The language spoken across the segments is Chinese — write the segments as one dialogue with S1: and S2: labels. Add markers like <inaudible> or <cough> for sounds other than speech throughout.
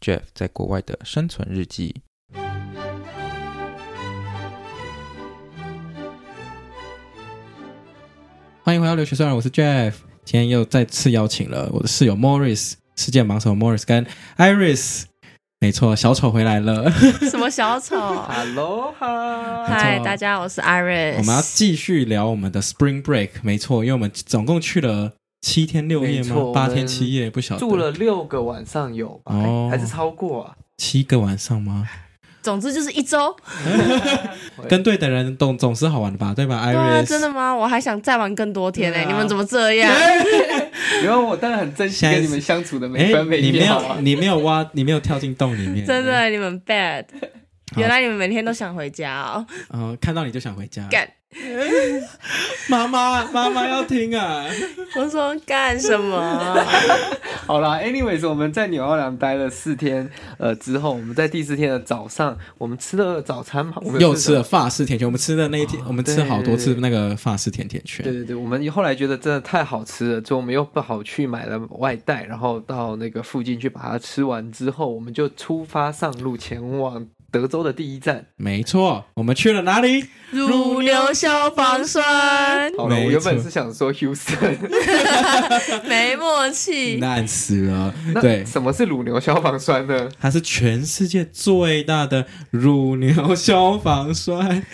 S1: Jeff 在国外的生存日记。
S2: 欢迎回到留学生，我是 Jeff。今天又再次邀请了我的室友 Morris，世界盲手 Morris 跟 Iris。没错，小丑回来了。
S3: 什么小丑？
S4: Hello 哈，
S3: 嗨，
S2: 错
S3: 大家，我是 Iris。
S2: 我们要继续聊我们的 Spring Break。没错，因为我们总共去了七天六夜
S4: 没
S2: 吗
S4: 错？
S2: 八
S4: 我们
S2: 天七夜，不晓得
S4: 住了六个晚上有吧？
S2: 哦
S4: 还是超过啊？
S2: 七个晚上吗？
S3: 总之就是一周。
S2: 跟对的人总总是好玩的吧？对吧
S3: 对啊，
S2: ，Iris？
S3: 真的吗？我还想再玩更多天呢、
S4: 对啊
S3: 你们怎么这样？
S4: 然后我当然很珍惜跟你们相处的
S2: 哎，
S4: 每分每
S2: 你没
S4: 秒啊
S2: 有，。你没有挖，你没有跳进洞里面，
S3: <laughs> 真的，你们 bad。原来你们每天都想回家哦，
S2: 嗯，看到你就想回家。
S3: 干！
S2: 妈妈，妈妈要听啊！
S3: 我说干什么？
S2: <laughs>
S4: 好啦 a n y w a y s 我们在纽奥良待了四天，呃，之后我们在第四天的早上，我们吃了早餐嘛，我们有
S2: 又吃了。法式甜甜圈，我们吃的那一天，我们吃
S4: 对
S2: 好多次
S4: 对对
S2: 那个法式甜甜
S4: 对
S2: 圈。
S4: 对对，我们后来觉得真的太好吃了，所以我们又不好去买了外带，然后到那个附近去把它吃完之后，我们就出发上路前往德州的第一站。
S2: 没错，我们去了哪里？
S3: 乳牛消防栓，
S4: 好了，
S2: 没
S4: 我原本
S2: 错
S4: 是想说 Houston，
S3: 没默契。
S2: 烂死了！
S4: 那
S2: 对，
S4: 什么是乳牛消防栓呢？
S2: 它是全世界最大的乳牛消防栓。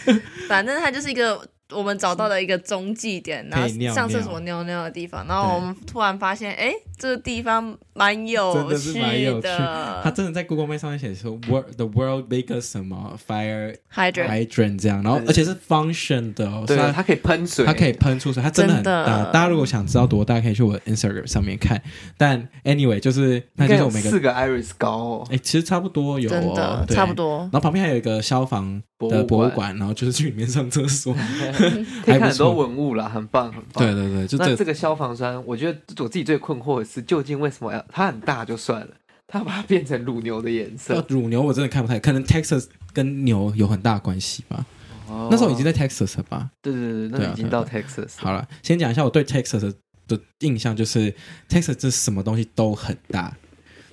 S3: 反正它就是一个我们找到的一个中继点，然
S2: 可以尿尿
S3: 后上厕所尿尿的地方。然后我们突然发现，哎、这个地方蛮
S2: 真
S3: 有
S2: 的是
S3: 趣
S2: 蛮有趣，
S4: 呃
S2: 它
S3: 的。
S2: 真的在 Google Map 上面写说 “world the world biggest 什么 fire
S3: Hydrant，
S2: hydrant” 这样，然后
S4: 对
S2: 而且是 function 的哦，
S4: 对
S2: 所以，
S4: 它可以喷水，
S2: 它可以喷出水，它真的很
S3: 真
S2: 大。
S3: 的
S2: 大家如果想知道多大，可以去我的 Instagram 上面看。但 anyway，就是那
S4: 应
S2: 就
S4: 该
S2: 是我
S4: 有
S2: 们一
S4: 四
S2: 个，
S4: 个 Iris 高哦。
S2: 哎，其实差不多有
S3: 真
S2: 哦
S3: 的，
S2: 对
S3: 差不多
S2: 然。后旁边还有一个消防的博
S4: 博
S2: 物
S4: 物
S2: 馆，然后就是去里面上厕
S3: <laughs>
S2: 所。
S4: 可以
S2: 还
S4: 看
S2: 不
S4: 很多
S2: 错
S4: 文物啦，很棒，很棒。
S2: 对对对，就
S4: 那
S2: 这
S4: 这个消防栓，我觉得我自己最困惑的是，究竟为什么要它很大就算了，它把它变成乳牛的颜
S2: 这
S4: 色？
S2: 乳牛我真的看不太，可能 Texas 跟牛有很大关系吧。 <laughs>
S3: 哦
S2: 那时候已经
S4: 在
S2: 在 Texas 了吧？
S4: 哦对对对，
S2: 对
S4: 那
S2: 啊
S4: 已经到 Texas 了。
S2: 好了，先讲一下我对 Texas 的的印象，就是 Texas 这什么东西都很大。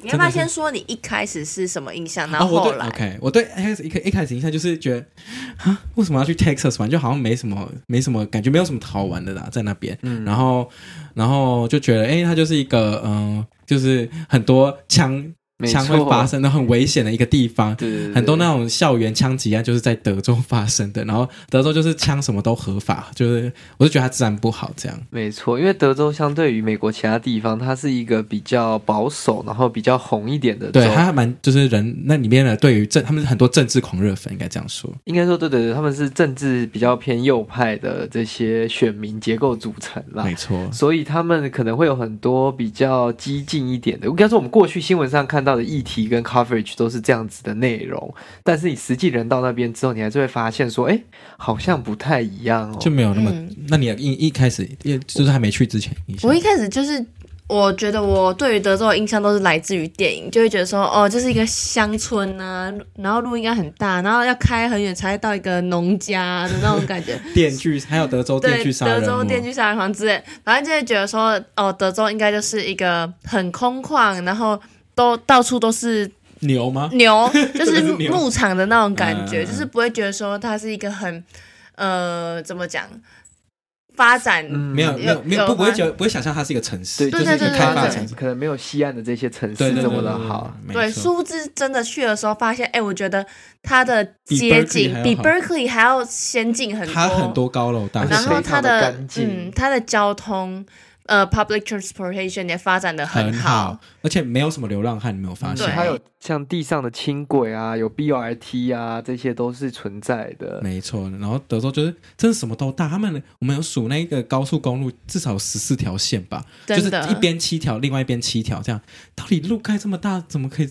S3: 你要不要
S2: 真的
S3: 先说你一开始是什么印象，然
S2: 啊，
S3: 后
S2: 我
S3: 后
S2: 对
S3: 来？
S2: OK，我对 Texas 一开一开始印象就是觉得，啊，为什么要去 Texas 玩？就好像没什么没什么感觉，没有什么好玩的啦，在那边。
S4: 嗯
S2: 然后然后就觉得，哎、它就是一个嗯、呃就是很多枪
S4: 没
S2: 枪
S4: 错
S2: 会发生的很危险的一个地方。
S4: 对对对，
S2: 很多那种校园枪击啊案就是在德州发生的，然后德州就是枪什么都合法，就是我就觉得它治安不好这样。
S4: 没错，因为德州相对于美国其他地方，它是一个比较保守，然后比较红一点的州。
S2: 对，它还蛮就是人那里面的对于政，他们是很多政治狂热粉，应该这样说。
S4: 应该说对对对，他们是政治比较偏右派的这些选民结构组成啦。
S2: 没错，
S4: 所以他们可能会有很多比较激进一点的，应该说我们过去新闻上看到的议题跟 coverage 都是这样子的内容，但是你实际人到那边之后，你还是会发现说，哎、好像不太一样哦。
S2: 就没有那么。
S3: 嗯
S2: 那你一一开始，也就是还没去之前，你想
S3: 我一开始就是。我觉得我对于德州的印象都是来自于电影，就会觉得说，哦，这是一个乡村啊，然后路应该很大，然后要开很远才会到一个农家的那种
S2: <laughs>
S3: 感觉。
S2: 电锯，还有德州电
S3: 对
S2: 锯杀人哦
S3: 德州
S2: 魔
S3: 电锯杀人狂之类，反正就会觉得说，哦，德州应该就是一个很空旷，然后都到处都是
S2: 牛吗？ <laughs>
S3: 牛，
S2: 真的
S3: 就是
S2: 是牛
S3: 牧场的那种感
S2: 嗯嗯
S3: 觉，
S2: 嗯
S3: 就是不会觉得说它是一个很呃怎么讲发展。
S4: 嗯
S2: 没有，没有，没有，不
S3: 有
S2: 不会
S3: 吗
S2: 觉得不会想象它是一个城市，
S4: 对，
S2: 就
S4: 就是是
S2: 一个
S3: 对
S2: 开发
S3: 对
S2: 城市，
S4: 可能没有西岸的这些城
S2: 对
S4: 市
S2: 对
S4: 这
S2: 对
S4: 么
S2: 对
S4: 的
S2: 对
S4: 好。
S2: 没
S3: 对，
S2: 错
S3: 殊不知真的去的时候发现，哎、我觉得它的街景
S2: 比
S3: 比
S2: Berkeley
S3: Berkeley 还要先进很多，
S2: 它很多高楼大
S4: 而且
S3: 然
S2: 厦
S3: 后
S4: 非，常
S3: 它
S4: 地
S3: 的
S4: 干净
S3: 嗯，它的交通。呃 public transportation 也发展的
S2: 很
S3: 好，，
S2: 而且没有什么流浪汉，你没有发
S3: 对
S2: 现？
S4: 还有像地上的轻轨啊，有 BRT 啊，这些都是存在的。
S2: 没错，然后德州就是真的什么都大，他们我们有数那个高速公路至少十四条线吧，就是
S3: 真的
S2: 一边七条，另外一边七条，这样到底路盖这么大，怎么可以？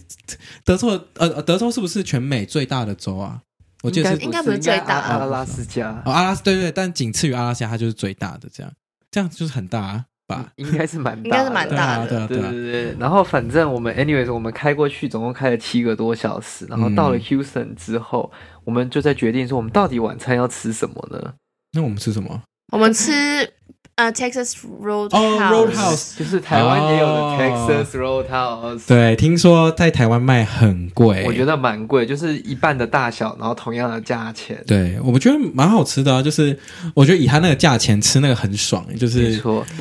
S2: 德州呃，呃德州是不是全美最大的州啊？我记得是
S3: 应该不是最大
S4: 阿阿拉斯加
S2: 哦，，阿拉斯对对，但仅次于阿拉斯加，它就是最大的这样，这样就是很大、啊、
S3: 嗯
S2: 吧？
S4: 应该是蛮大的，
S3: 应该是蛮
S2: 对
S3: 大
S2: 啊，
S3: 的
S2: 对啊，
S4: 对
S2: 对
S4: 对
S2: 啊，
S4: 对对，然后反正我们 anyways 我们开过去总共开了七个多小时，然后到了
S2: 嗯
S4: Houston 之后，我们就在决定说我们到底晚餐要吃什么呢？
S2: 那我们吃什么？
S3: 我们吃呃 Texas Roadhouse，、
S2: 哦 Roadhouse
S4: 就是台湾也有的
S2: 哦
S4: Texas Roadhouse，、
S2: 对，听说在台湾卖很贵，
S4: 我觉得蛮贵，就是一半的大小，然后同样的价钱，
S2: 对，我觉得蛮好吃的啊，就是我觉得以他那个价钱吃那个很爽，就
S4: 没
S2: 是
S4: 错。
S2: 嗯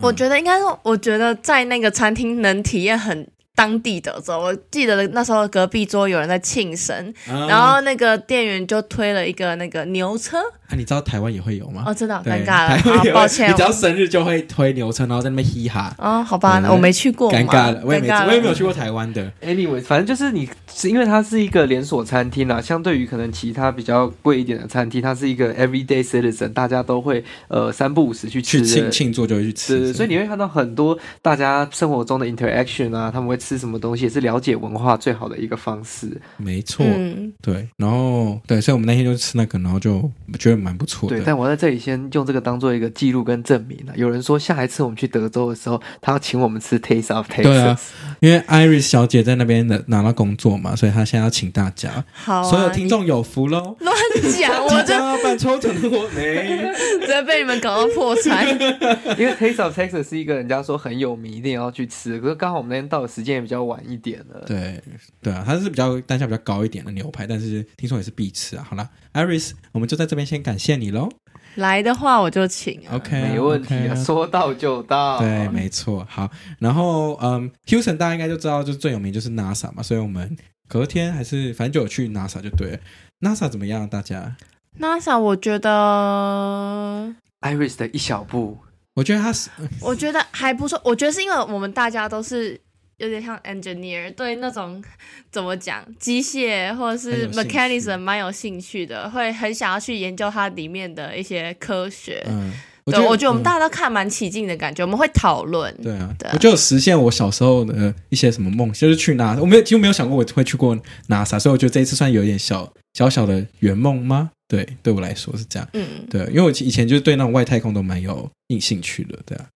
S3: 我觉得应该是，我觉得在那个餐厅能体验很当地德州。我记得那时候隔壁桌有人在庆生，
S2: 啊嗯
S3: 然后那个店员就推了一个那个牛车，
S2: 啊，你知道台湾也会有吗？
S3: 哦，知道，
S2: 对
S3: 尴尬了，
S2: <laughs> 台湾
S3: 好
S2: 也会
S3: 抱歉
S2: 你只，要生日就会推牛车，然后在那边嘻哈，
S3: 哦，好吧，
S2: 嗯
S3: 我没去过嘛，
S2: 尴尬了，我也没
S3: 尴尬
S2: 我也没有
S3: 了
S2: 去过台湾的，
S4: Anyway，反正就是你，是因为它是一个连锁餐厅啦，相对于可能其他比较贵一点的餐厅，它是一个 everyday citizen，大家都会呃三不五时去吃
S2: 去庆
S4: 的
S2: 庆祝就会去
S4: 对对，
S2: 吃，
S4: 所以你
S2: 会
S4: 会看到很多大家生活中的 interaction 啊，他们会吃什么东西，也是了解文化最好的一个方式。
S2: 没错，
S3: 嗯，
S2: 对，然后对，所以我们那天就吃那个，然后就觉得蛮不错
S4: 对，
S2: 的。
S4: 但我在这里先用这个当做一个记录跟证明啊了。有人说下一次我们去德州的时候，他要请我们吃 Taste of Texas。
S2: 对啊因为 Iris 小姐在那边拿拿到工作嘛，所以她现在要请大家，
S3: 好啊，
S2: 所有听
S3: 你
S2: 众有福喽！
S3: 乱讲，我
S2: 即
S3: 就
S2: 将要办抽奖的活没？
S3: 直接被你们搞到破产，
S4: <laughs>
S2: <laughs>
S4: 因为 Taste of Texas 是一个人家说很有名，一定要去吃。可是刚好我们那天到的时间也比较晚一点了。
S2: 对对啊，它是比较单价比较高一点的牛排，但是听说也是必吃啊。好啦 i r i s 我们就在这边先感谢你喽。
S3: 来的话我就请啊，
S2: OK，
S4: 没问题啊
S2: OK
S4: 说到就到。
S2: 对，没错。好，然后嗯，Houston 大家应该就知道，就是最有名就是 NASA 嘛，所以我们隔天还是反正就有去 NASA 就对了。NASA 怎么样？大家？
S3: NASA，我觉得，
S4: ，Iris 的一小步，
S2: 我觉得
S3: <laughs>
S2: 它是
S3: 我觉得还不错。我觉得是因为我们大家都是有点像 engineer，对那种怎么讲机械或者是
S2: 很有兴趣
S3: mechanism 蛮有兴趣的，会很想要去研究它里面的一些科学。
S2: 嗯，
S3: 对，我觉得我们
S2: 嗯
S3: 大家都看蛮起劲的感觉，我们会讨论。
S2: 对啊
S3: 对，啊
S2: 我就有实现我小时候的一些什么梦，就是去 NASA，我没有几乎没有想过我会去过 NASA，所以我觉得这一次算有点小小小的圆梦吗？对，对我来说是这样。
S3: 嗯，
S2: 对，因为我以前就是对那种外太空都蛮有硬兴趣的，对啊，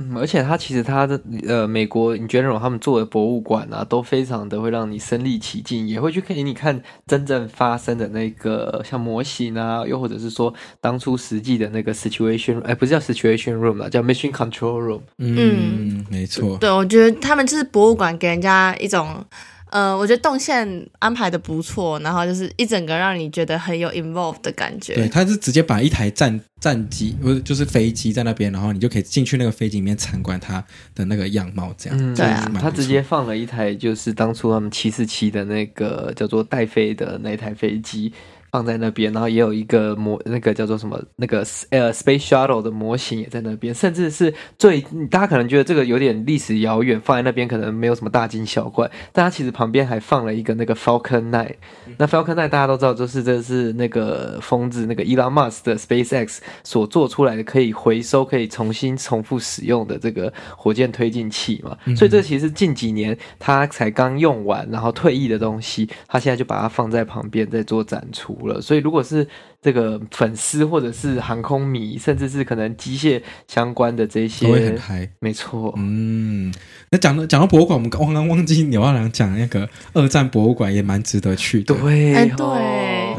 S4: 嗯，而且它其实它的呃，美国 in general 他们做的博物馆啊，都非常的会让你身临其境，也会去给你看真正发生的那个像模型啊，又或者是说当初实际的那个 situation，哎，不是叫 situation room 啦，叫 mission control room。
S2: 嗯，没错，
S3: 对，我觉得他们就是博物馆给人家一种。呃，我觉得动线安排的不错，然后就是一整个让你觉得很有 involved 的感觉。
S2: 对，他是直接把一台战战机，不是就是飞机在那边，然后你就可以进去那个飞机里面参观它的那个样貌，这样，
S4: 嗯，
S3: 对啊
S2: 蛮不
S4: 他
S2: 错
S4: 直接放了一台就是当初他们七四七的那个叫做戴飞的那一台飞机。放在那边，然后也有一个模，那个叫做什么，那个 s- 呃 Space Shuttle 的模型也在那边，甚至是最大家可能觉得这个有点历史遥远，放在那边可能没有什么大惊小怪，但它其实旁边还放了一个那个 Falcon 9，那 Falcon 9大家都知道，就是这是那个疯子那个 Elon Musk 的 SpaceX 所做出来的可以回收、可以重新重复使用的这个火箭推进器嘛，
S2: 嗯
S4: 所以这其实近几年他才刚用完，然后退役的东西，他现在就把它放在旁边在做展出了。所以如果是这个粉丝或者是航空迷，甚至是可能机械相关的这
S2: 都会很
S4: 些，
S2: 嗨。
S4: 没错，
S2: 嗯，那讲到讲到博物馆，我们刚刚忘记牛二郎讲那个二战博物馆也蛮值得去的。
S4: 对
S3: 哎
S4: 吼，
S3: 对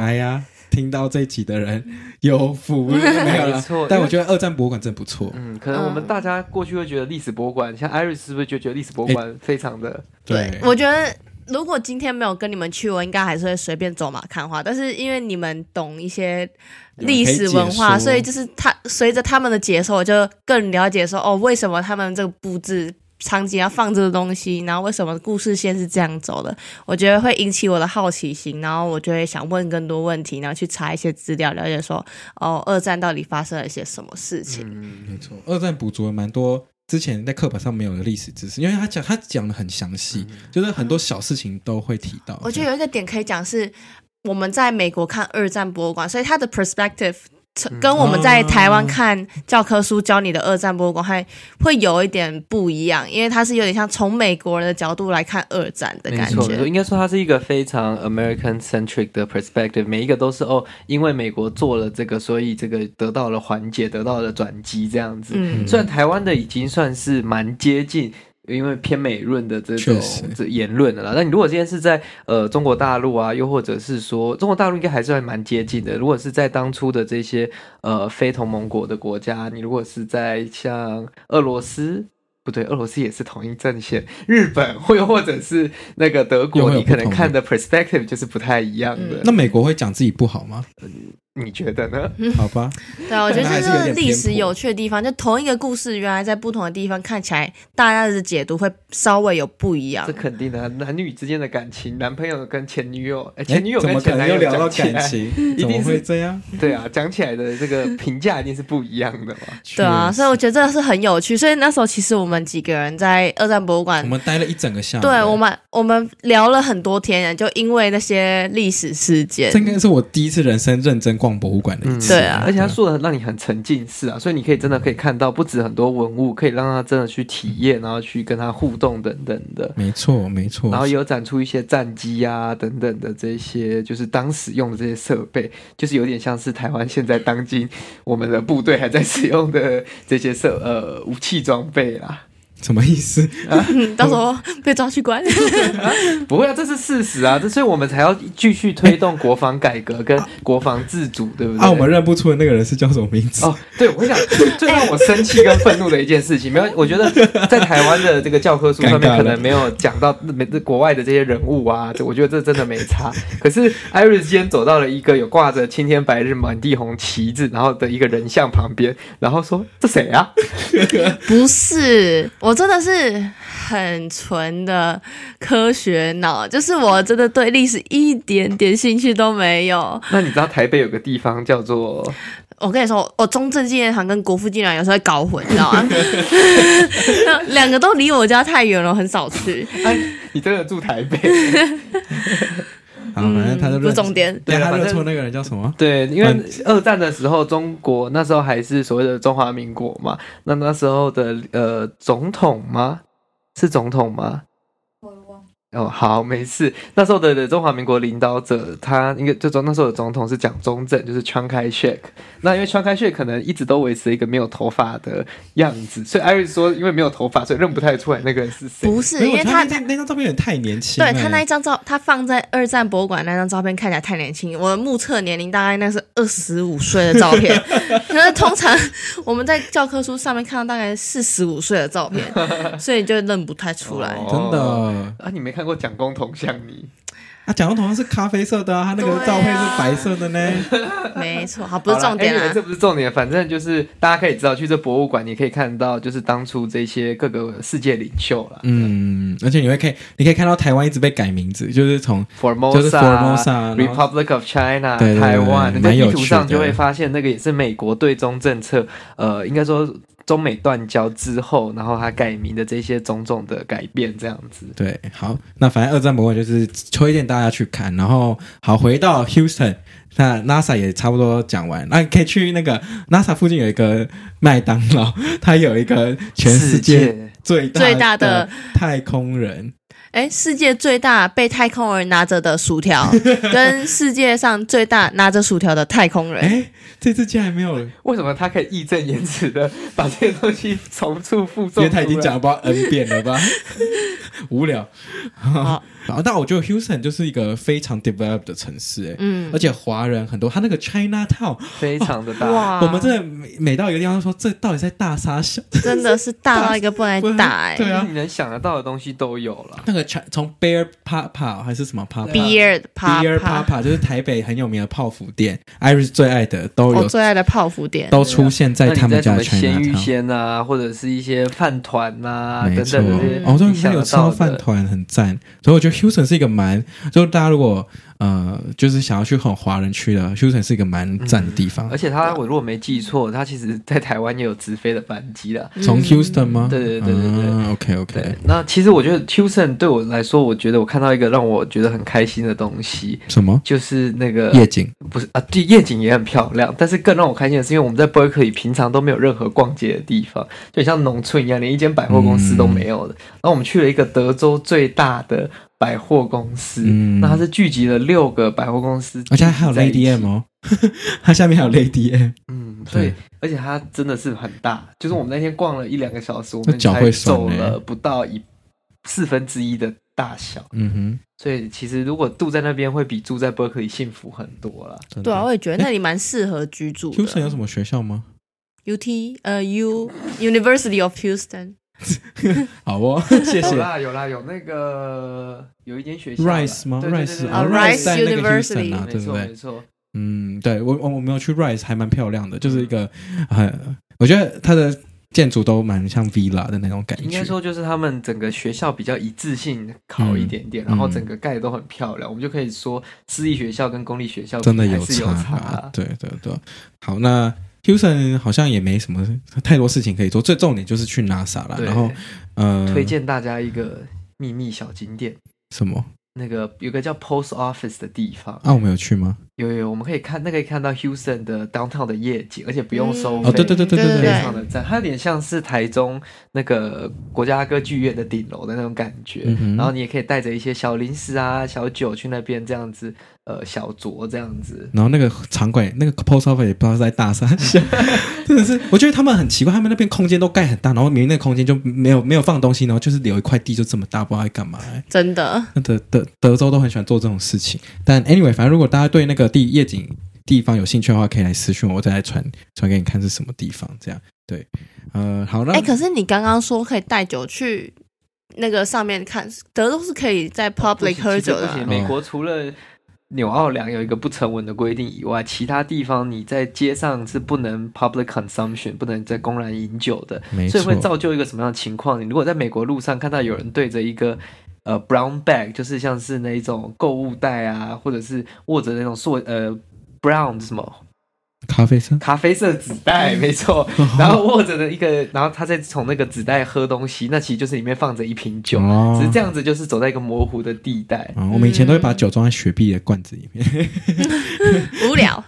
S2: 哎呀，听到这一集的人有福
S4: <laughs>
S2: 了，没有
S4: 没
S2: 了
S4: 错。
S2: 但
S4: 因为
S2: 我觉得二战博物馆真不错。
S4: 嗯，可能我们大家过去会觉得历史博物馆，像 Iris 是不是就觉得历史博物馆非常的？
S2: 对，
S3: 我觉得如果今天没有跟你们去，我应该还是会随便走马看花。但是因为你们懂一些历史文
S2: 有人可以
S3: 化，
S2: 解说
S3: 所以就是他随着他们的解说，我就更了解说哦，为什么他们这个布置。场景要放这个东西，然后为什么故事线是这样走的？我觉得会引起我的好奇心，然后我就会想问更多问题，然后去查一些资料，了解说哦，二战到底发生了一些什么事情？
S4: 嗯，
S2: 没错，二战补足了蛮多之前在课本上没有的历史知识，因为他讲他讲的很详细，
S4: 嗯
S2: 就是很多小事情都会提到。
S3: 我觉得有一个点可以讲是，我们在美国看二战博物馆，所以它的 perspective 嗯跟我们在台湾看教科书教你的二战博物馆还会有一点不一样，因为它是有点像从美国人的角度来看二战的
S4: 嗯没
S3: 感
S4: 错，没错
S3: 觉。
S4: 应该说它是一个非常 American centric 的 perspective，每一个都是哦，因为美国做了这个，所以这个得到了缓解，得到了转机这样子。
S3: 嗯，
S4: 虽然台湾的已经算是蛮接近。因为偏美论的这种
S2: 确实
S4: 这言论了啦，那你如果今天是在呃中国大陆啊，又或者是说中国大陆应该还是还蛮接近的。如果是在当初的这些呃非同盟国的国家，你如果是在像俄罗斯，不对，俄罗斯也是统一阵线，日本或又或者是那个德
S2: 又
S4: 国，
S2: 会有
S4: 你
S2: 不
S4: 可能
S2: 同的
S4: 看的 perspective 就是不太一样的。
S2: 那美国会讲自己不好吗？
S4: 你觉得呢？
S2: 好吧，
S3: 对啊，我觉得
S2: 还
S3: 这
S2: 是有
S3: 是
S2: 点
S3: 历史
S2: 偏颇
S3: 有趣的地方，就同一个故事，原来在不同的地方看起来，大家的解读会稍微有不一样
S4: 这。肯定的啊，男女之间的感情，男朋友跟前女友，
S2: 哎
S4: 哎，<laughs> 前女友
S2: 怎
S4: 跟
S2: 么可
S4: 前
S2: 能
S4: 男
S2: 又
S4: 友
S2: 聊到
S4: 讲起来
S2: 感情？
S4: <laughs> 一
S2: 怎么
S4: 定
S2: 会
S4: 是
S2: 这样？
S4: <laughs> 对啊，讲起来的这个评价一定是不一样的嘛。
S3: 对啊，
S2: 确实
S3: 所以我觉得这是很有趣。所以那时候其实我们几个人在二战博物馆
S2: 我们嗯待了一整个下午。
S3: 对我们，我们聊了很多天，就因为那些历史事件
S2: 这。应该是我第一次人生认真逛博物馆的一次。
S3: 对啊
S4: 而且他说的让你很沉浸式啊，所以你可以真的可以看到不止很多文物，可以让他真的去体验，然后去跟他互动等等的。
S2: 没错，没错。
S4: 然后也有展出一些战机啊等等的这些，就是当时用的这些设备，就是有点像是台湾现在当今我们的部队还在使用的这些设呃武器装备啦。
S2: 什么意思？
S3: 嗯，到时候被抓去关。
S4: 不会啊，这是事实啊，这所以我们才要继续推动国防改革跟国防自主，对不对？
S2: 啊，我们认不出的那个人是叫什么名字？
S4: <laughs> 哦，对，我跟你讲，最最让我生气跟愤怒的一件事情，没有，我觉得在台湾的这个教科书上
S2: 尴尬
S4: 面
S2: 了
S4: 可能没有讲到没国外的这些人物啊，这我觉得这真的没差。可是 Iris 今天走到了一个有挂着青天白日满地红旗帜，然后的一个人像旁边，然后说这谁啊？ <laughs>
S3: 不是，我真的是很纯的科学脑，就是我真的对历史一点点兴趣都没有。
S4: 那你知道台北有个地方叫做
S3: 我跟你说，我中正纪念堂跟国父纪念堂有时候会搞混，你知道
S2: <laughs>
S3: 吗？两个都离我家太远了，我很少去。
S4: 哎，你真的住台北？
S2: 好，反正他就
S3: 嗯不
S2: 认
S3: 是重点
S2: 对，
S4: 对
S2: 他
S4: 反
S2: 认
S4: 正
S2: 错那个人叫什么？
S4: 对，因为
S2: 反
S4: 二战的时候，中国那时候还是所谓的中华民国嘛，那那时候的呃总统吗？是总统吗？我忘。哦，好，没事。那时候的的中华民国领导者，他应该就总那时候的总统是蒋中正，就是川开 shek。那因为川开 shek 可能一直都维持一个没有头发的样子，所以艾瑞说，因为没有头发，所以认不太出来那个人是谁。
S3: 不
S2: 没
S3: 是，
S2: 有
S3: 因为
S2: 他
S3: 他
S2: 那张那张照片也太年轻了。
S3: 对他那一张照，他放在二战博物馆那张照片看起来太年轻，我目测年龄大概那是二十五岁的照片，可是通常我们在教科书上面看到大概四十五岁的照片，所以就认不太出来。
S4: 哦
S2: 真的
S4: 啊，你没看过蒋公铜像你？
S2: 啊，蒋公头像是咖啡色的啊，他那个
S3: 对啊
S2: 照片是白色的呢。
S3: 没错，好，不是重点
S4: 好啦
S3: 啊
S4: ，anyway，这。不是重点，反正就是大家可以知道，去这博物馆你可以看到，就是当初这些各个世界领袖啦。
S2: 嗯，而且你会可以，你可以看到台湾一直被改名字，就是从
S4: Formosa,
S2: 就是 Formosa，然后
S4: Republic of China、
S2: 对对对
S4: 台湾，
S2: 对
S4: 你在
S2: 蛮有
S4: 地
S2: 趣的
S4: 图上就会发现，那个也是美国对中政策，呃，应该说中美断交之后，然后它改名的这些种种的改变，这样子。
S2: 对，好，那反正二战博物馆就是推荐大家去看，然后好回到 Houston，那 NASA 也差不多讲完，那你可以去那个 NASA 附近有一个麦当劳，它有一个全世界最大
S3: 最大
S2: 的
S3: 的
S2: 太空人，
S3: 哎，世界最大被太空人拿着的薯条，跟世界上最大拿着薯条的太空人，
S2: 哎，这次竟然没有，因
S4: 为什么他可以义正言辞的把这些东西重复复
S2: 为
S4: 诵？
S2: 他已经讲了不知道 N 遍了吧，无聊。
S3: 好
S2: 然后，但我觉得 Houston 就是一个非常 developed 的城市，哎、
S3: 嗯
S2: 而，且华人很多，他那个 China Town，
S4: 非常的
S2: <laughs>
S4: 大。
S3: 哇，
S2: 我们真的每每到一个地方说，这到底在大沙小？
S3: 真的是大到一个不能
S2: 不能
S3: 打哎、
S2: 对啊
S4: 你能想得到的东西都有了。
S2: 那个 Chi- 从 Bear Papa 还是什么 Papa
S3: ，Beer
S2: Beer
S3: Papa，
S2: Papa 就是台北很有名的泡芙店，Iris 最爱的都
S3: 我
S2: 有
S3: 最爱的泡芙店。
S2: 都出现在
S4: 啊那你
S2: 他们
S4: 在什
S2: 家
S4: 么
S2: 的 China
S4: 鲜芋
S2: Town。
S4: 仙啊，或者是一些饭团啊
S2: 没
S4: 等
S2: 错，哦
S4: 等的这些，
S2: 哦，对，我们有吃到饭
S4: 团。
S2: 团，很赞。所以我觉得 Houston 是一个蛮，就是大家如果呃，就是想要去很华人区的，Houston 是一个蛮赞的地方。
S4: 而且他，我如果没记错，他其实在台湾也有直飞的班机的。
S2: 嗯从 Houston 吗？
S4: 嗯对对对对对
S2: 啊，OK
S4: 对
S2: OK，，
S4: 那其实我觉得 Houston 对我来说，我觉得我看到一个让我觉得很开心的东西，
S2: 什么
S4: 就是那个
S2: 夜景？
S4: 不是啊，对，夜景也很漂亮。但是更让我开心的是，因为我们在 Berkeley 平常都没有任何逛街的地方，就很像农村一样，连一间百货公司都没有的。然后我们去了一个德州最大的百货公司，
S2: 嗯
S4: 那它是聚集了六个百货公司，
S2: 而且它还有
S4: 在一起
S2: Lady M 哦， <laughs> 它下面还有 Lady M，
S4: 嗯，所以
S2: 对，
S4: 而且它真的是很大，就是我们那天逛了一两个小时，我们
S2: 脚
S4: 才
S2: 会酸
S4: 走
S2: 欸
S4: 了不到一四分之一的大小，
S2: 嗯哼，
S4: 所以其实如果住在那边会比住在伯克利幸福很多啦。
S2: 真的
S3: 对啊，我也觉得那里蛮适合居住的。
S2: 嗯 Houston 有什么学校吗？
S3: UT 呃 U University of Houston，
S2: <laughs> 好
S4: <laughs>
S2: 哦，谢
S4: 有
S2: 谢。
S4: 啦有啦有那个有一间学校啦
S2: Rice 吗
S4: 对对对
S2: ？Rice
S4: 对
S2: 啊
S3: 哦
S4: 对
S2: ，Rice 在那个
S3: Rice
S2: Houston 啊，
S4: 没
S2: 对不
S4: 错
S2: 对
S4: 没？错，
S2: 嗯，对我我我没有去 Rice，还蛮漂亮的，就是一个很，我觉得它的建筑都蛮像 villa 的那种感觉。
S4: 应该说就是他们整个学校比较一致性考一点点，
S2: 嗯
S4: 然后整个盖得都很漂亮，我们就可以说私立学校跟公立学校比
S2: 真的
S4: 还
S2: 有
S4: 是有
S2: 差
S4: 差
S2: 啊
S4: 啦，
S2: 对对对。好，那 Houston 好像也没什么太多事情可以做，最重点就是去 NASA 了。
S4: 对
S2: 然后，呃，
S4: 推荐大家一个秘密小景点。
S2: 什么？
S4: 那个有个叫 Post Office 的地方，
S2: 啊，我们有去吗？
S4: 有有，有我们可以看那可以看到 Houston 的 downtown 的夜景，而且不用收费，
S2: 哦对对对对对
S3: 对
S4: 非常的赞。它有点像是台中那个国家歌剧院的顶楼的那种感觉，
S2: 嗯哼
S4: 然后你也可以带着一些小零食啊、小酒去那边这样子，呃，小酌这样子。
S2: 然后那个场馆，那个 post office 也不知道是在大三下， <laughs> 真的是，我觉得他们很奇怪，他们那边空间都盖很大，然后明明那个空间就没有没有放东西，然后就是留一块地就这么大，不知道在干嘛、欸。
S3: 真的
S2: 那德德德州都很喜欢做这种事情。但 anyway，反正如果大家对那个地夜景地方有兴趣的话，可以来私讯我，我再来传传给你看是什么地方。这样对，呃，好，那、
S3: 哎、可是你刚刚说可以带酒去那个上面看，德州是可以在 public 喝酒的
S4: 哦不
S3: 啊、
S4: 行，
S2: 哦
S4: 美国除了纽奥良有一个不成文的规定以外，其他地方你在街上是不能 public consumption，不能在公然饮酒的。
S2: 没
S4: 所
S2: 错
S4: 以，会造就一个什么样的情况？你如果在美国路上看到有人对着一个呃 brown bag，就是像是那一种购物袋啊，或者是握着那种塑呃 brown 什么
S2: 咖啡色，
S4: 咖啡色纸袋，
S2: 嗯
S4: 没
S2: 哦
S4: 错， <laughs> 然后握着的一个，然后他再从那个纸袋喝东西，那其实就是里面放着一瓶酒，
S2: 哦
S4: 只是这样子就是走在一个模糊的地带。
S2: 啊、我们以前都会把酒装在雪碧的罐子里面， <laughs>
S3: 无聊，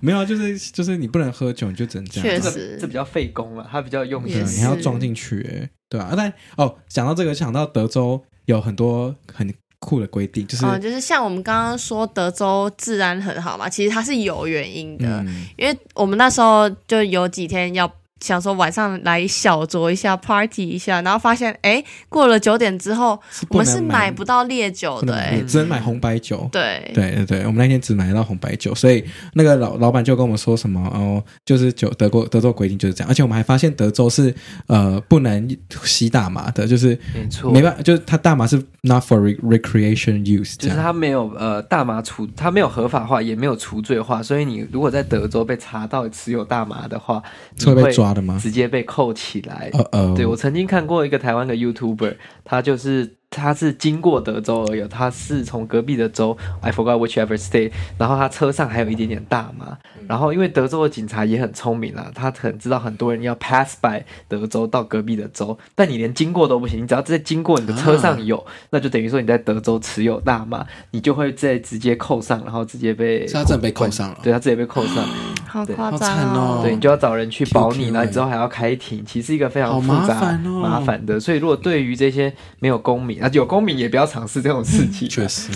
S2: 没有啊，就是就是你不能喝酒，你就只能这样。
S3: 确
S4: 这
S3: 实
S4: 个这比较费工了，它比较用
S2: 对啊
S4: 心
S3: 也。
S2: 你还要
S3: 是
S2: 装进去、欸，对啊。啊但哦，讲到这个，想到德州有很多很酷的规定， <laughs> 就是、
S3: 嗯，就是像我们刚刚说德州治安很好嘛，其实它是有原因的，
S2: 嗯，
S3: 因为我们那时候就有几天要想说晚上来小酌一下，party 一下，然后发现哎，过了九点之后，
S2: 是不
S3: 我们
S2: 能
S3: 是买不到烈酒
S2: 不
S3: 的、嗯
S2: 能买
S3: 哎，
S2: 只能买红白酒。
S3: 对，
S2: 对对对，我们那天只买到红白酒，所以那个老老板就跟我们说什么哦，就是酒德国德州规定就是这样，而且我们还发现德州是呃不能吸大麻的，就是
S4: 没错，
S2: 没办法，就是他大麻是 not for re- recreation use 这
S4: 就
S2: 样。
S4: 是它没有呃大麻除，它没有合法化，也没有除罪化，所以你如果在德州被查到持有大麻的话，你
S2: 是会被抓的吗
S4: 直接被扣起来。
S2: 呃呃，
S4: 对我曾经看过一个台湾的 YouTuber，他就是他是经过德州而已，他是从隔壁的州，I forgot whichever state，然后他车上还有一点点大麻，然后因为德州的警察也很聪明啦，他很知道很多人要 pass by 德州到隔壁的州，但你连经过都不行，你只要在经过你的车上有，那就等于说你在德州持有大麻，你就会再直接扣上，然后直接被
S2: 是他啊真的被扣上了
S4: 对啊他直接被扣上。
S3: 好
S4: 对
S3: 夸
S2: 好
S3: 张
S2: 惨哦
S4: 对，你就要找人去
S2: Q
S4: 保
S2: Q
S4: 你，
S2: 欸
S4: 然后你之后还要开庭，其实是一个非常
S2: 好
S4: 复
S2: 麻
S4: 杂、
S2: 烦哦
S4: 麻烦的。所以，如果对于这些没有公民啊，有公民也不要尝试这种事情。
S2: 嗯确，实，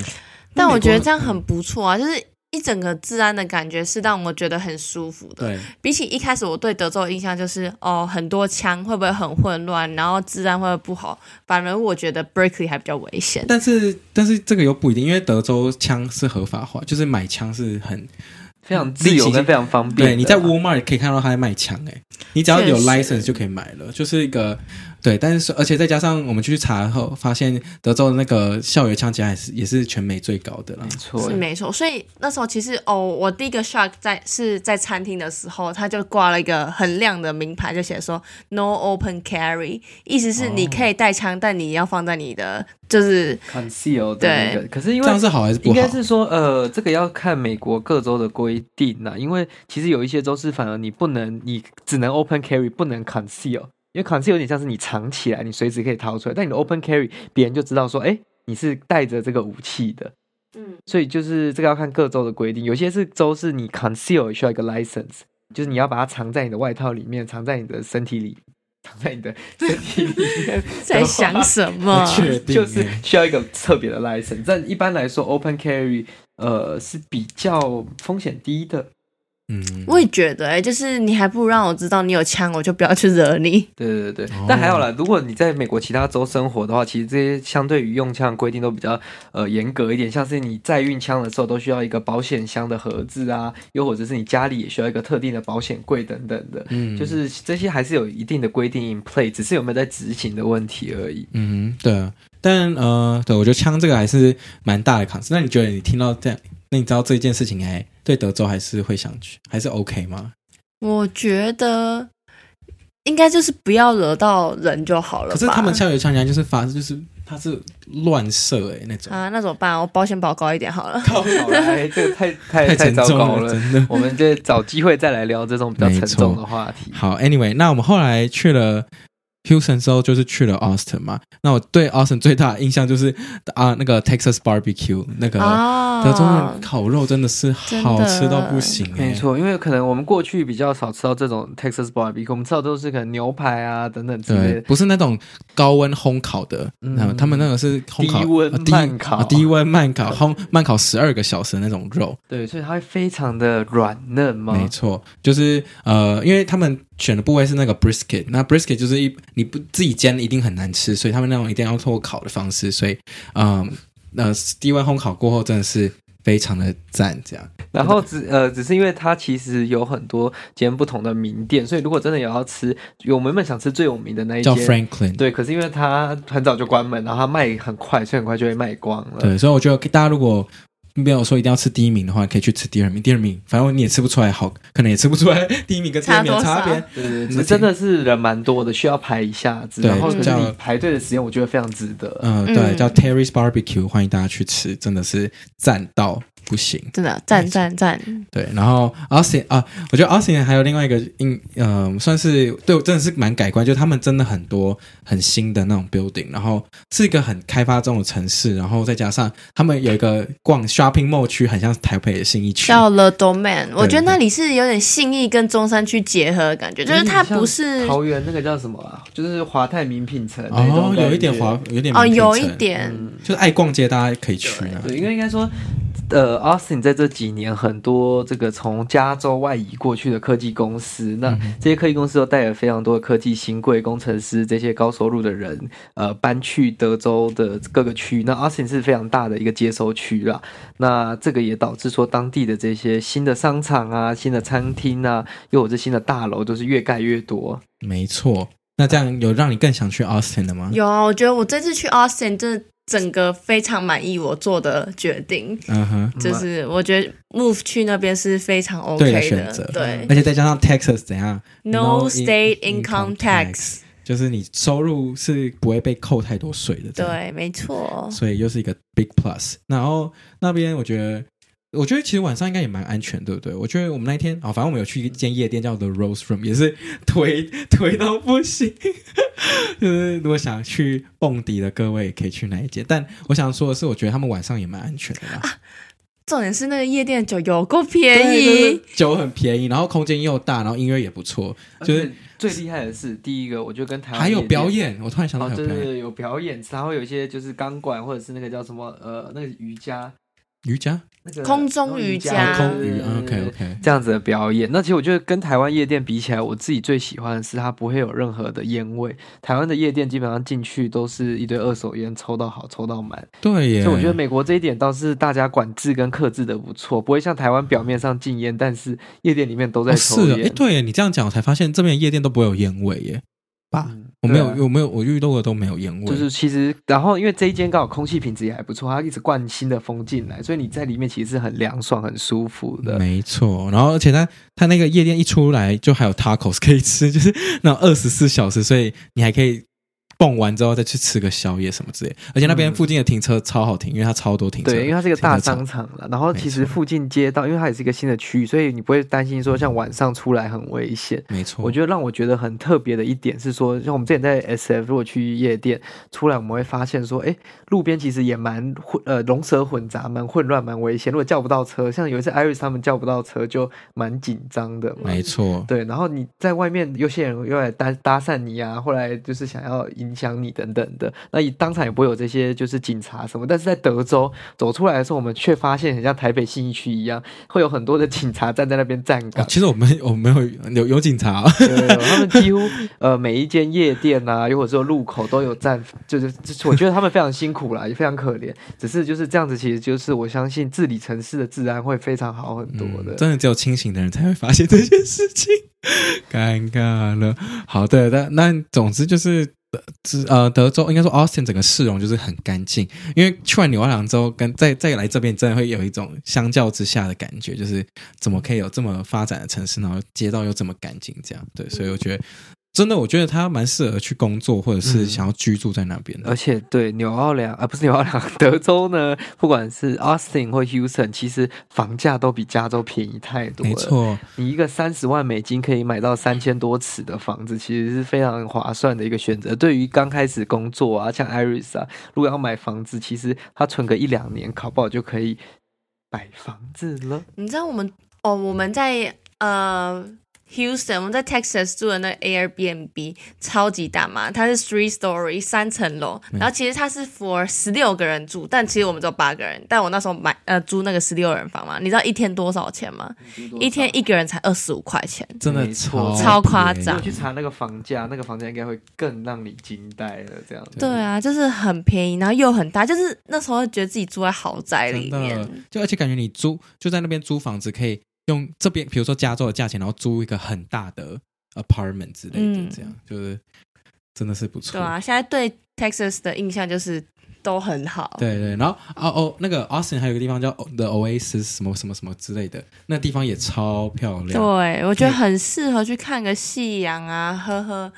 S3: 但我觉得这
S2: 样
S3: 样很不错啊，就是一整个治安的感觉是让我觉得很舒服的。
S2: 对
S3: 比起一开始我对德州的印象就是哦，很多枪会不会很混乱，然后治安会不会不好？反而我觉得 Berkeley 还比较危险。
S2: 但是但是这个又不一定，因为德州枪是合法化，就是买枪是很
S4: 非常自由跟非常方便的啦。
S2: 对，你在 Walmart 可以看到他在卖枪哎、你只要有
S3: 确实
S2: license 就可以买了，就是一个对，但是而且再加上我们去查后发现，德州的那个校园枪击案也是也是全美最高的啦
S4: 没。错
S3: 是。没错，所以那时候其实哦，我第一个 shock 在是在餐厅的时候，他就挂了一个很亮的名
S2: 哦
S3: 牌，就写说 “No open carry”，意思是你可以带枪，但你要放在你的就是
S4: ，conceal 的那个。可是因
S2: 这
S4: 为
S2: 样是好还是不
S4: 应
S2: 好？
S4: 该是说，呃，这个要看美国各州的规定呐、因为其实有一些州是反而你不能，你只能 open carry，不能 conceal，因为 conceal 有点像是你藏起来，你随时可以掏出来，但你的 open carry，别人就知道说，哎、你是带着这个武器的。
S3: 嗯，，
S4: 所以就是这个要看各州的规定，有些是州是你 conceal 需要一个 license，就是你要把它藏在你的外套里面，藏在你的身体里，藏在你的身体里面
S3: 在想什么
S2: 不？ <laughs> 确定欸，
S4: 嗯就是需要一个特别的 license。但一般来说，open carry 呃是比较风险低的。
S2: 嗯，
S3: 我也觉得、哎，就是你还不如让我知道你有枪，我就不要去惹你。
S4: 对对对，
S2: 哦
S4: 但还好啦。如果你在美国其他州生活的话，其实这些相对于用枪规定都比较呃严格一点，像是你在运枪的时候都需要一个保险箱的盒子啊，又或者是你家里也需要一个特定的保险柜等等的，
S2: 嗯
S4: 就是这些还是有一定的规定 in play，只是有没有在执行的问题而已。
S2: 嗯哼，对啊，但呃，对我觉得枪这个还是蛮大的 c o 那你觉得你听到这样，那你知道这件事情还对德州还是会想去，还是 OK 吗？
S3: 我觉得应该就是不要惹到人就好了吧。
S2: 可是他们校园枪人家就是发，就是他是乱射哎、那种，
S3: 啊，那怎么办？我保险保高一点好了。
S4: 好啦，哎这个太
S2: 太
S4: 太太
S2: 沉
S4: 糟
S2: 重
S4: 糕
S2: 了，
S4: 了。
S2: 真
S4: <laughs>
S2: 的。
S4: 我们就找机会再来聊这种比较沉重的话题。
S2: 好，Anyway，那我们后来去了 Houston 之后，就是去了 Austin 嘛。那我对 Austin 最大的印象就是啊，那个 Texas Barbecue 那个
S3: 啊，
S2: 德州的烤肉真的是
S3: 真的
S2: 好吃到不行、欸，
S4: 没。错，因为可能我们过去比较少吃到这种 Texas barbecue，我们吃到都是可能牛排啊等等之类
S2: 对，
S4: 的。
S2: 不是那种高温烘烤的，
S4: 嗯
S2: 嗯，他们那个是烘烤
S4: 低温
S2: 啊低
S4: 慢烤
S2: 啊低温慢烤，烘慢烤十二个小时的那种肉，
S4: 对，所以它会非常的软嫩嘛。
S2: 没错，就是呃，因为他们选的部位是那个 brisket，那 brisket 就是一你不自己煎一定很难吃，所以他们那种一定要透过烤的方式，所以嗯，呃，低温烘烤过后真的是非常的赞，这样
S4: 然后只呃，只是因为它其实有很多间不同的名店，所以如果真的也要吃，我们原本想吃最有名的那一
S2: 叫
S4: 间，
S2: Franklin。
S4: 对，可是因为它很早就关门，然后它卖很快，所以很快就会卖光了。
S2: 对，所以我觉得大家如果没有说一定要吃第一名的话，可以去吃第二名。第二名，反正你也吃不出来好，可能也吃不出来第一名跟第二名的差
S3: 差多
S2: 别
S3: 少。
S4: 对对对，
S2: 嗯
S4: 只是真的是人蛮多的，需要排一下子，
S2: 对
S4: 然后可是
S2: 叫
S4: 你排队的时间，我觉得非常值得。
S2: 嗯、对，
S3: 嗯
S2: 叫 Terry's Barbecue，欢迎大家去吃，真的是赞到不行。
S3: 真的赞赞赞！
S2: 对，然后 Austin 啊，我觉得 Austin 还有另外一个印，嗯、算是对我真的是蛮改观，就是他们真的很多很新的那种 building，然后是一个很开发中的城市，然后再加上他们有一个逛 shopping mall 区，很像台北的新一区，
S3: 叫 The Domain，我
S2: 对
S3: 觉得那里是有点信义跟中山区结合的感觉，就是它不是
S4: 桃园那个叫什么啊？就是华泰名品城那种
S2: 哦，
S4: 感觉
S2: 有一点华，，有一点
S3: 哦，
S2: 名品
S3: 有一
S2: 城，
S3: 点，
S2: 就是爱逛街，大家可以去那。
S4: 对，因为应该说，呃，Austin 在这几年很多这个从加州外移过去的科技公司，那
S2: 嗯
S4: 这些科技公司都带了非常多的科技新贵、工程师这些高收入的人，呃，搬去德州的各个区。那 Austin 是非常大的一个接收区啦，那这个也导致说当地的这些新的商场啊、新的餐厅啊，又有这新的大楼，都是越盖越多。
S2: 没错，那这样有让你更想去 Austin 的吗？
S3: 有啊，我觉得我这次去 Austin 真的整个非常满意我做的决定，
S2: 嗯哼。
S3: 就是我觉得 move 去那边是非常
S2: 对的
S3: OK
S2: 选择，
S3: 对
S2: 而且再加上 Texas 怎样
S3: No state
S2: in-
S3: income tax，
S2: 就是你收入是不会被扣太多税的，这样，
S3: 对，没错，
S2: 所以又是一个 big plus。然后那边我觉得，我觉得其实晚上应该也蛮安全，对不对？我觉得我们那一天啊、反正我们有去一间夜店叫 The Rose Room，也是推推到不行。 <laughs> 就是如果想去蹦迪的各位，也可以去那一间。但我想说的是，我觉得他们晚上也蛮安全的啦。
S3: 重点是那个夜店酒有够
S2: 对
S3: 啊便
S2: 就是
S3: 宜，
S2: 酒很便宜，然后空间又大，然后音乐也不错，就是
S4: 而且最厉害的是，第一个我觉得跟台湾
S2: 还有
S4: 夜店
S2: 表演。我突然想到
S4: 哦，
S2: 还有
S4: 对
S2: 表
S4: 对
S2: 演，
S4: 对，有表演，然后有一些就是钢管或者是那个叫什么呃，那个瑜伽，
S2: 瑜伽、
S4: 那个
S3: 空中瑜伽
S2: 啊空瑜
S4: 对对对对
S2: ，OK
S4: 对
S2: OK，
S4: 这样子的表演。那其实我觉得跟台湾夜店比起来，我自己最喜欢的是它不会有任何的烟味。台湾的夜店基本上进去都是一堆二手烟，抽到好，抽到满。
S2: 对耶，
S4: 所以我觉得美国这一点倒是大家管制跟克制的不错，不会像台湾表面上禁烟，但是夜店里面都在
S2: 哦
S4: 抽
S2: 是啊，
S4: 烟。
S2: 哎，对耶，你这样讲，我才发现这边的夜店都不会有烟味耶。吧，
S4: 嗯
S2: 我没有，
S4: 对啊
S2: 我没有，我遇到过都没有烟味。
S4: 就是其实，然后因为这一间刚好空气品质也还不错，它一直灌新的风进来，所以你在里面其实是很凉爽、很舒服的。
S2: 没错，然后而且它它那个 <laughs> 夜店一出来就还有 tacos 可以吃，就是那种二十四小时，所以你还可以蹦完之后再去吃个宵夜什么之类。而且那边附近的停车超好停，因为它超多停车。
S4: 嗯对，因为它是一个大商
S2: 停车场。
S4: 场了，然后其实
S2: 没错
S4: 附近街道，因为它也是一个新的区域，所以你不会担心说像晚上出来很危险。
S2: 没错，
S4: 我
S2: 得
S4: 觉得让我觉得很特别的一点是说，像我们之前在 S F 如果去夜店出来，我们会发现说，哎，路边其实也蛮混呃龙蛇混杂，蛮混乱，蛮危险。如果叫不到车，像有一次 Iris 他们叫不到车，就蛮紧张的嘛。
S2: 没错，
S4: 对，然后你在外面，有些人又来搭搭讪你啊，后来就是想要影响你等等的，那你当场也不会有这些就是警察什么。但是在德州走出来的时候，我们却发现很像台北信义区一样，会有很多的警察站在那边站岗。
S2: 哦其实我们我们有有有警察、啊
S4: 有有有，他们几乎呃每一间夜店啊，又或者说路口都有站，就是就是我觉得他们非常辛苦啦，也非常可怜。只是就是这样子，其实就是我相信治理城市的治安会非常好很多的。
S2: 嗯真的只有清醒的人才会发现这件事情， <laughs> 尴尬了。好的，那那总之就是。呃只呃，德州应该说 Austin 整个市容就是很干净，因为去完纽奥良之后，跟再再来这边，真的会有一种相较之下的感觉，就是怎么可以有这么发展的城市，然后街道又这么干净，这样对，所以我觉得真的，我觉得它蛮适合去工作或者是
S4: 嗯
S2: 想要居住在那边的。
S4: 而且对纽奥良啊，不是纽奥良，德州呢，不管是 Austin 或 Houston，其实房价都比加州便宜太多了。
S2: 没，错，
S4: 你一个三十万美金可以买到三千多尺的房子，其实是非常划算的一个选择。对于刚开始工作啊，像 Iris 啊，如果要买房子，其实他存个一两年，考不好就可以买房子了。
S3: 你知道我们哦，我们在呃 Houston，我们在 Texas 住的那个 Airbnb 超级大嘛，它是 three story 三层楼，
S2: 嗯
S3: 然后其实它是 for 十六个人住，但其实我们只有八个人。但我那时候买呃租那个十六人房嘛，你知道一天多少钱吗？一天一个人才二十五块钱。
S2: 真的
S4: 没错
S3: 超夸
S2: 便宜
S4: 如
S3: 张
S4: 果去查那个房价，那个房价应该会更让你惊呆了。这样子，
S3: 对啊，就是很便宜，然后又很大，就是那时候觉得自己住在豪宅
S2: 真
S3: 里
S2: 的
S3: 面，，
S2: 就而且感觉你租就在那边租房子，可以用这边比如说加州的价钱，然后租一个很大的 apartment 之类的，
S3: 嗯
S2: 这样就是真的是不错。
S3: 对啊。现在对 Texas 的印象就是都很好，
S2: 对对，然后哦哦，那个 Austin 还有一个地方叫 The Oasis 什么什么什么之类的，那地方也超漂亮。
S3: 对，我觉得很适合去看个夕阳啊，喝喝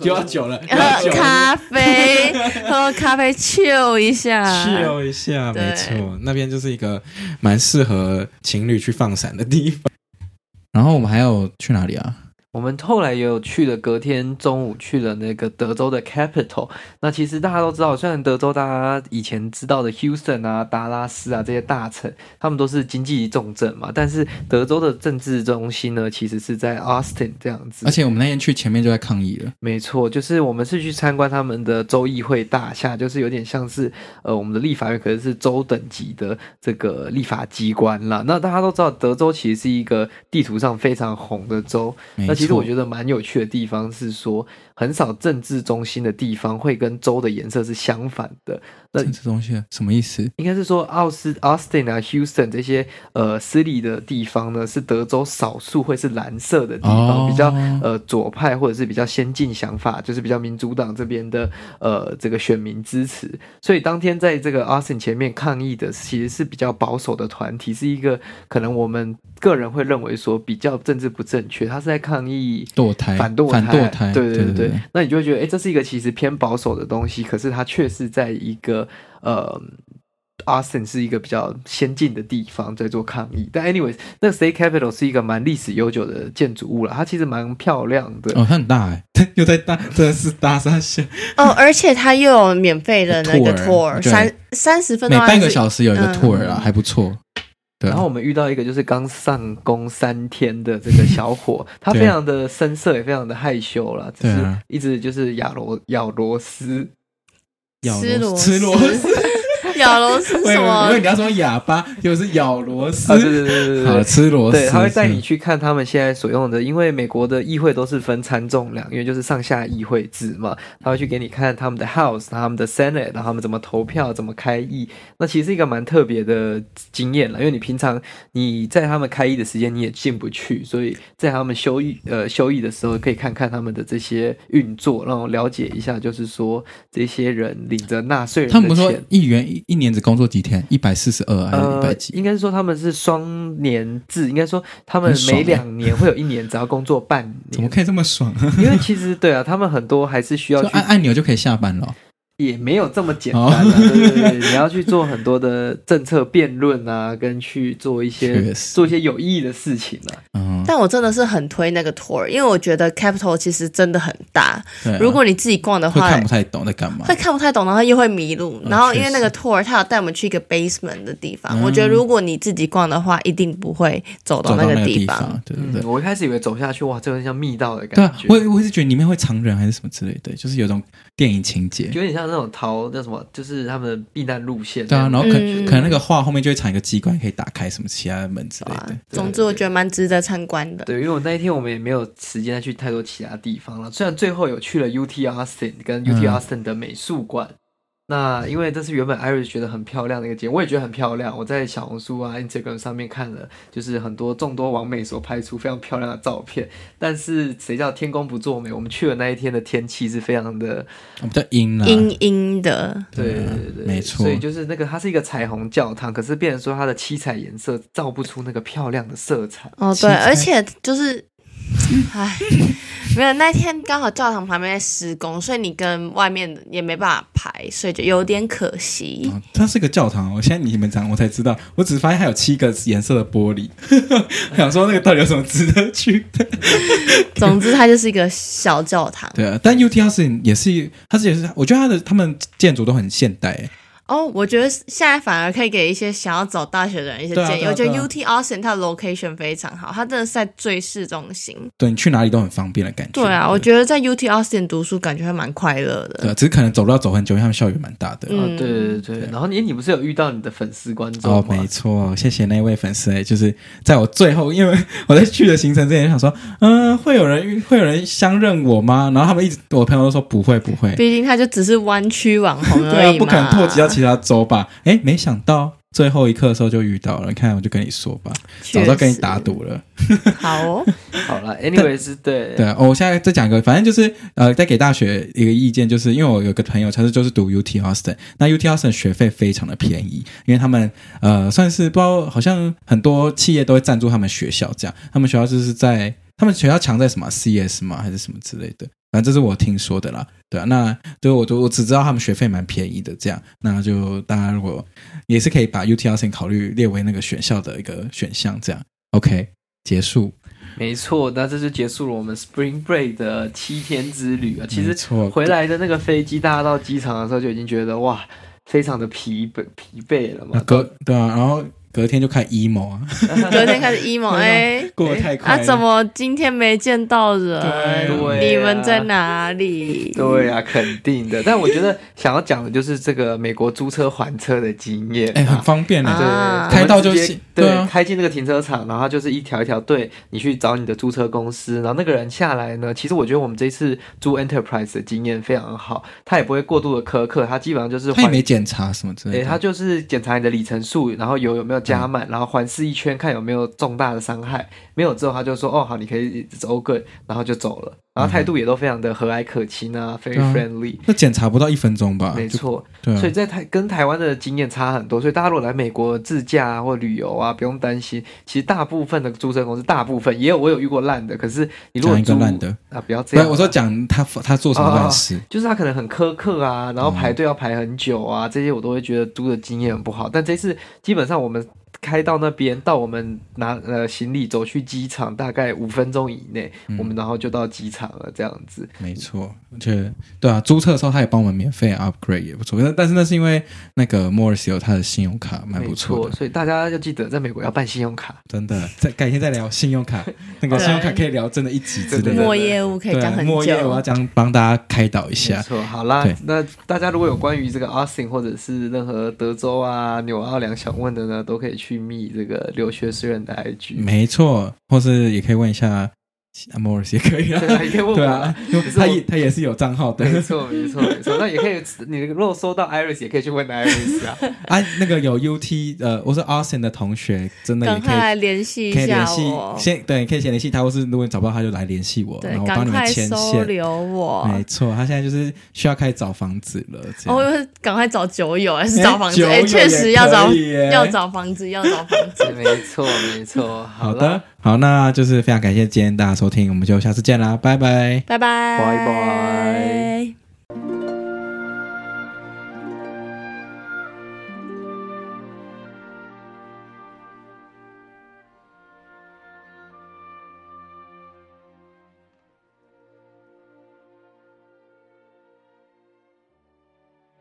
S2: 又要久
S3: <laughs>
S2: 了，又要久了。
S3: 喝咖啡，喝咖啡 chill 一下。
S2: 秀一下，
S3: 对
S2: 没错，那边就是一个蛮适合情侣去放闪的地方。 <laughs> 然后我们还有去哪里啊？
S4: 我们后来也有去了，隔天中午去了那个德州的 capital。那其实大家都知道，虽然德州大家以前知道的 Houston 啊、达拉斯啊这些大城，他们都是经济重镇嘛，但是德州的政治中心呢，其实是在 Austin 这样子。
S2: 而且我们那天去前面就在抗议了，
S4: 没错，就是我们是去参观他们的州议会大厦，就是有点像是呃我们的立法院，可是是州等级的这个立法机关啦。那大家都知道，德州其实是一个地图上非常红的州。
S2: 没
S4: 那其
S2: 错
S4: 实我觉得蛮有趣的地方是说，很少政治中心的地方会跟州的颜色是相反的。那
S2: 政治中心什么意思？
S4: 应该是说奥斯 Austin 啊、Houston 这些呃私立的地方呢，是德州少数会是蓝色的地方，
S2: 哦
S4: 比较呃左派或者是比较先进想法，就是比较民主党这边的呃这个选民支持。所以当天在这个 Austin 前面抗议的其实是比较保守的团体，是一个可能我们个人会认为说比较政治不正确，他是在抗议
S2: 堕胎，
S4: 反堕
S2: 哎反堕胎，
S4: 对
S2: 对
S4: 对那你就会觉得，哎，这是一个其实偏保守的东西，可是它却是在一个呃。Austin 是一个比较先进的地方，在做抗议。但 anyways，那个 State Capitol 是一个蛮历史悠久的建筑物了，它其实蛮漂亮的。
S2: 哦，它很大哎， <laughs> 又在大，真的是大三
S3: <laughs>
S2: 线，
S3: 哦，而且它又有免费的那个
S2: Tour，
S3: tour，
S2: 对
S3: 三三十分
S2: 每
S3: 钟还
S2: 半个
S3: 是
S2: 小时有一个
S3: 嗯
S2: tour 啊，还不错。对啊，
S4: 然后我们遇到一个就是刚上工三天的这个
S2: <laughs>
S4: 小伙，他
S2: 对
S4: 非常的生涩，也非常的害羞啦，只
S2: 对
S4: 是
S2: 啊
S4: 一直就是咬螺咬螺丝，
S2: 咬
S3: 吃
S2: 螺
S3: 螺
S2: 吃螺丝，
S3: <laughs> 丝，咬螺丝
S2: 我以为 <laughs> 我以
S3: 什
S2: 为
S3: 么
S2: 你？要说哑巴，又是咬螺丝
S4: 啊，对，对对对对对，
S2: 好吃螺丝，
S4: 对，他会带你
S2: 是啊
S4: 去看他们现在所用的，因为美国的议会都是分参众两院，就是上下议会制嘛。他会去给你看他们的 House、他们的 Senate，然后他们怎么投票、怎么开议。那其实是一个蛮特别的经验了，因为你平常你在他们开议的时间你也进不去，所以在他们休议呃休议的时候，可以看看他们的这些运作，让我了解一下，就是说这些人领着纳税人
S2: 他们不
S4: 的
S2: 是说
S4: 钱。
S2: 一元一一年只工作几天？一百四十二还是一百
S4: 呃，
S2: 几？
S4: 应该是说他们是双年制，应该说他们
S2: 很爽
S4: 每
S2: 欸
S4: 两年会有一年只要工作半
S2: <laughs> 怎么
S4: 年，
S2: 可以这么爽？
S4: 因为其实对啊，他们很多还是需要
S2: 就 <laughs>
S4: 去
S2: 按按钮就可以下班了哦。
S4: 也没有这么简单、啊，
S2: 啊哦
S4: 对对对，你要去做很多的政策辩论啊，跟去做一些
S2: 确实
S4: 做一些有意义的事情啊。
S2: 嗯，
S3: 但我真的是很推那个 tour，因为我觉得 Capital 其实真的很大，
S2: 对啊
S3: 如果你自己逛的
S2: 会
S3: 话
S2: 看。不太懂在干嘛
S3: 会，看不太懂，然后又会迷路。
S2: 嗯
S3: 然后因
S2: 确
S3: 为
S2: 实
S3: 那个 tour，他有带我们去一个 basement 的地
S2: 嗯
S3: 方，我觉得如果你自己逛的话，一定不会走
S2: 走
S3: 到
S2: 到
S3: 个
S2: 个
S3: 地
S2: 方，对对
S4: 嗯，
S2: 对。
S4: 我一开始以为走下去，哇，这个像密道的
S2: 对啊
S4: 感，觉，
S2: 我我是觉得里面会藏人还是什么之类的，就是有种电影情节。
S4: 有点像那种逃叫什么，就是他们避难路线那
S2: 对啊，
S4: 样。
S2: 然后可、
S3: 嗯
S2: 可能那个画后面就会藏一个机关，可以打开什么其他的门之类
S3: 哇
S2: 的。
S3: 啊总之，我觉得蛮值得参观的。
S4: 对，因为我那一天我们也没有时间再去太多其他地方了。虽然最后有去了 UT Austin 跟 UT
S2: 嗯
S4: Austin 的美术馆，那因为这是原本 Iris 觉得很漂亮的一个景，我也觉得很漂亮。我在小红书啊、Instagram 上面看了，就是很多众多网美所拍出非常漂亮的照片。但是谁叫天公不作美，我们去的那一天的天气是非常的
S2: 我们叫哦阴啦，
S3: 阴阴的，
S4: 对对
S2: 啊
S4: 对对，
S2: 没错
S4: 所以就是那个，它是一个彩虹教堂，可是变成说它的七彩颜色照不出那个漂亮的色彩。
S3: 哦，
S2: 七
S3: 对，
S2: 彩
S3: 而且就是，唉，没有那天刚好教堂旁边在施工，所以你跟外面也没办法排，所以就有点可惜。
S2: 哦它是个教堂哦，我现在你们讲我才知道，我只发现它有七个颜色的玻璃， <laughs> 我想说那个到底有什么值得去的？
S4: <laughs> 啊
S3: 总之，它就是一个小教堂。
S2: 对啊，但 UT 二是也是，它是也是，我觉得它的他们建筑都很现代欸，
S3: 哦，我觉得现在反而可以给一些想要走大学的人一些
S2: 对啊
S3: 建议。
S2: 对啊
S3: 我觉得
S2: 对啊
S3: UT Austin 它的 location 非常好，它真的是在最市中心。
S2: 对你去哪里都很方便的感觉。
S3: 对啊，我觉得在 UT Austin 读书感觉还蛮快乐
S2: 对
S3: 的。
S2: 啊，只是可能走路要走很久，因为他们校园蛮大的。
S3: 嗯
S4: 啊，对对对对。然后你你不是有遇到你的粉丝观众
S2: 哦
S4: 吗？，
S2: 没错，谢谢那位粉丝哎，就是在我最后，因为我在去的行程之前想说，嗯、会有人遇会有人相认我吗？然后他们一直我朋友都说不会不会，
S3: 毕竟它就只是湾区网红而
S2: 对啊
S3: 已嘛，，
S2: 不可能拓及到其他州吧？哎，没想到最后一刻的时候就遇到了，你看我就跟你说吧，
S3: 确
S2: 早
S3: 实
S2: 知道跟你打赌了。
S3: 好哦。
S4: 好了，anyways，对
S2: <laughs> 对啊，哦我现在再讲一个，反正就是呃，再给大学一个意见，就是因为我有个朋友，他是就是读 UT Austin，那 UT Austin 学费非常的便宜，因为他们呃算是不知道，好像很多企业都会赞助他们学校这样，他们学校就是在他们学校强在什么啊 CS 吗还是什么之类的，反正这是我听说的啦。对啊，那对我就我只知道他们学费蛮便宜的这样，那就大家如果也是可以把 UT Austin 考虑列为那个选校的一个选项这样。OK，结束。
S4: 没错。那这就结束了我们 Spring Break 的七天之旅啊。其
S2: 没
S4: 实
S2: 错
S4: 回来的那个飞机，大家到机场的时候就已经觉得哇，非常的疲惫疲惫了
S2: 那
S4: 嘛。
S2: 隔对啊，然后隔天就开 emo 啊，
S3: 隔天开
S2: <laughs>
S3: 始 emo，哎、
S2: 过得太快
S3: 啊，
S2: 了。
S3: 怎么今天没见到人？
S2: 啊
S4: 对啊
S3: 你们在哪里？
S4: 对呀、啊，肯定的。但我觉得想要讲的就是这个美国租车还车的经验、啊。
S2: 哎、很方便呢、
S3: 啊
S4: 对，
S2: 开到就
S4: 我们直接
S2: 行
S4: 对，
S2: 对啊
S4: 开进那个停车场，然后它就是一条一条队，你去找你的租车公司，然后那个人下来呢，其实我觉得我们这次租 Enterprise 的经验非常好，他也不会过度的苛刻，他基本上就是
S2: 他也没
S4: 还。
S2: 检查什么之类
S4: 对，
S2: 的。
S4: 他就是检查你的里程数，然后油有没有加
S2: 嗯
S4: 满，然后环视一圈看有没有重大的伤害，没有之后他就说哦好，你可以走 good，然后就走了，然后态度也都非常的和蔼可亲啊、v e r y
S2: 对啊
S4: friendly，、
S2: 那检查不到一分钟吧？
S4: 没错，
S2: 就，
S4: 所以
S2: 对啊，
S4: 在台跟台湾的经验差很多，所以大家如果来美国自驾、啊、或旅游啊，不用担心。其实大部分的租车公司，大部分也有我有遇过烂的，可是你如果
S2: 讲一个
S4: 租
S2: 烂的
S4: 啊，不要
S2: 不
S4: 这
S2: 是
S4: 样啊。哦
S2: 我说讲他他做什么烂事，
S4: 就是他可能很苛刻啊，然后排队要排很久啊，这些我都会觉得租的经验很不好。但这次基本上我们开到那边，到我们拿呃行李走去机场，大概五分钟以内，我们然后就到机场了，这样子。
S2: 没错，而且对啊，租车的时候他也帮我们免费 upgrade 也不错，但但是那是因为那个 Morris 有他的信用卡，蛮
S4: 没
S2: 不错
S4: 错，
S2: 的，
S4: 所以大家要记得在美国要办信用卡。
S2: 真的。再改天再聊信用卡，那个信用卡可以聊真的一集之类
S4: 对
S2: 的
S4: 对。
S3: 莫业务可以
S2: 对
S3: 讲
S2: 啊，
S3: 很
S2: 莫叶我要
S3: 久。
S2: 讲帮大家开导一下
S4: 没，错，好啦
S2: 对，
S4: 那大家如果有关于这个 Austin 或者是任何德州啊、纽奥良想问的呢，都可以去密这个留学诗人的 IG。
S2: 没错，或是也可以问一下啊摩尔斯也可以啊，
S4: 对啊，你可以问我
S2: 对啊
S4: 啊。，
S2: 因
S4: 可
S2: 为
S4: 是
S2: 他
S4: 我
S2: 也他也是有账号的
S4: 没错，没错，没错。那也可以，你如果收到 Iris，也可以去问
S2: <laughs>
S4: Iris 啊。
S2: <laughs> 啊。那个有 UT 呃，我是 Austin 的同学，真的
S3: 赶
S2: 也可
S3: 快
S2: 以
S3: 来联系
S2: 可以
S3: 一
S2: 联
S3: 下
S2: 系，
S3: 我，
S2: 先对，可以先联系他，或是如果你找不到他，就来联系我，
S3: 对
S2: 然后，我帮
S3: 赶
S2: 你们
S3: 快
S2: 牵
S3: 收
S2: 线。
S3: 留我。
S2: 没错，他现在就是需要开始找房子了，这
S3: 哦，
S2: 样。
S3: 我是赶快找酒友还是找房子？
S2: 啊哎酒
S3: 哎，
S2: 友
S3: 确实
S2: 也
S3: 要找
S2: 可以耶
S3: 要找房子，要找房子。
S4: 没错，没错。
S2: 好
S4: 了
S2: 的，，好，那就是非常感谢今天大家收听，我们就下次见啦，拜拜。
S3: 拜拜，
S4: 拜拜。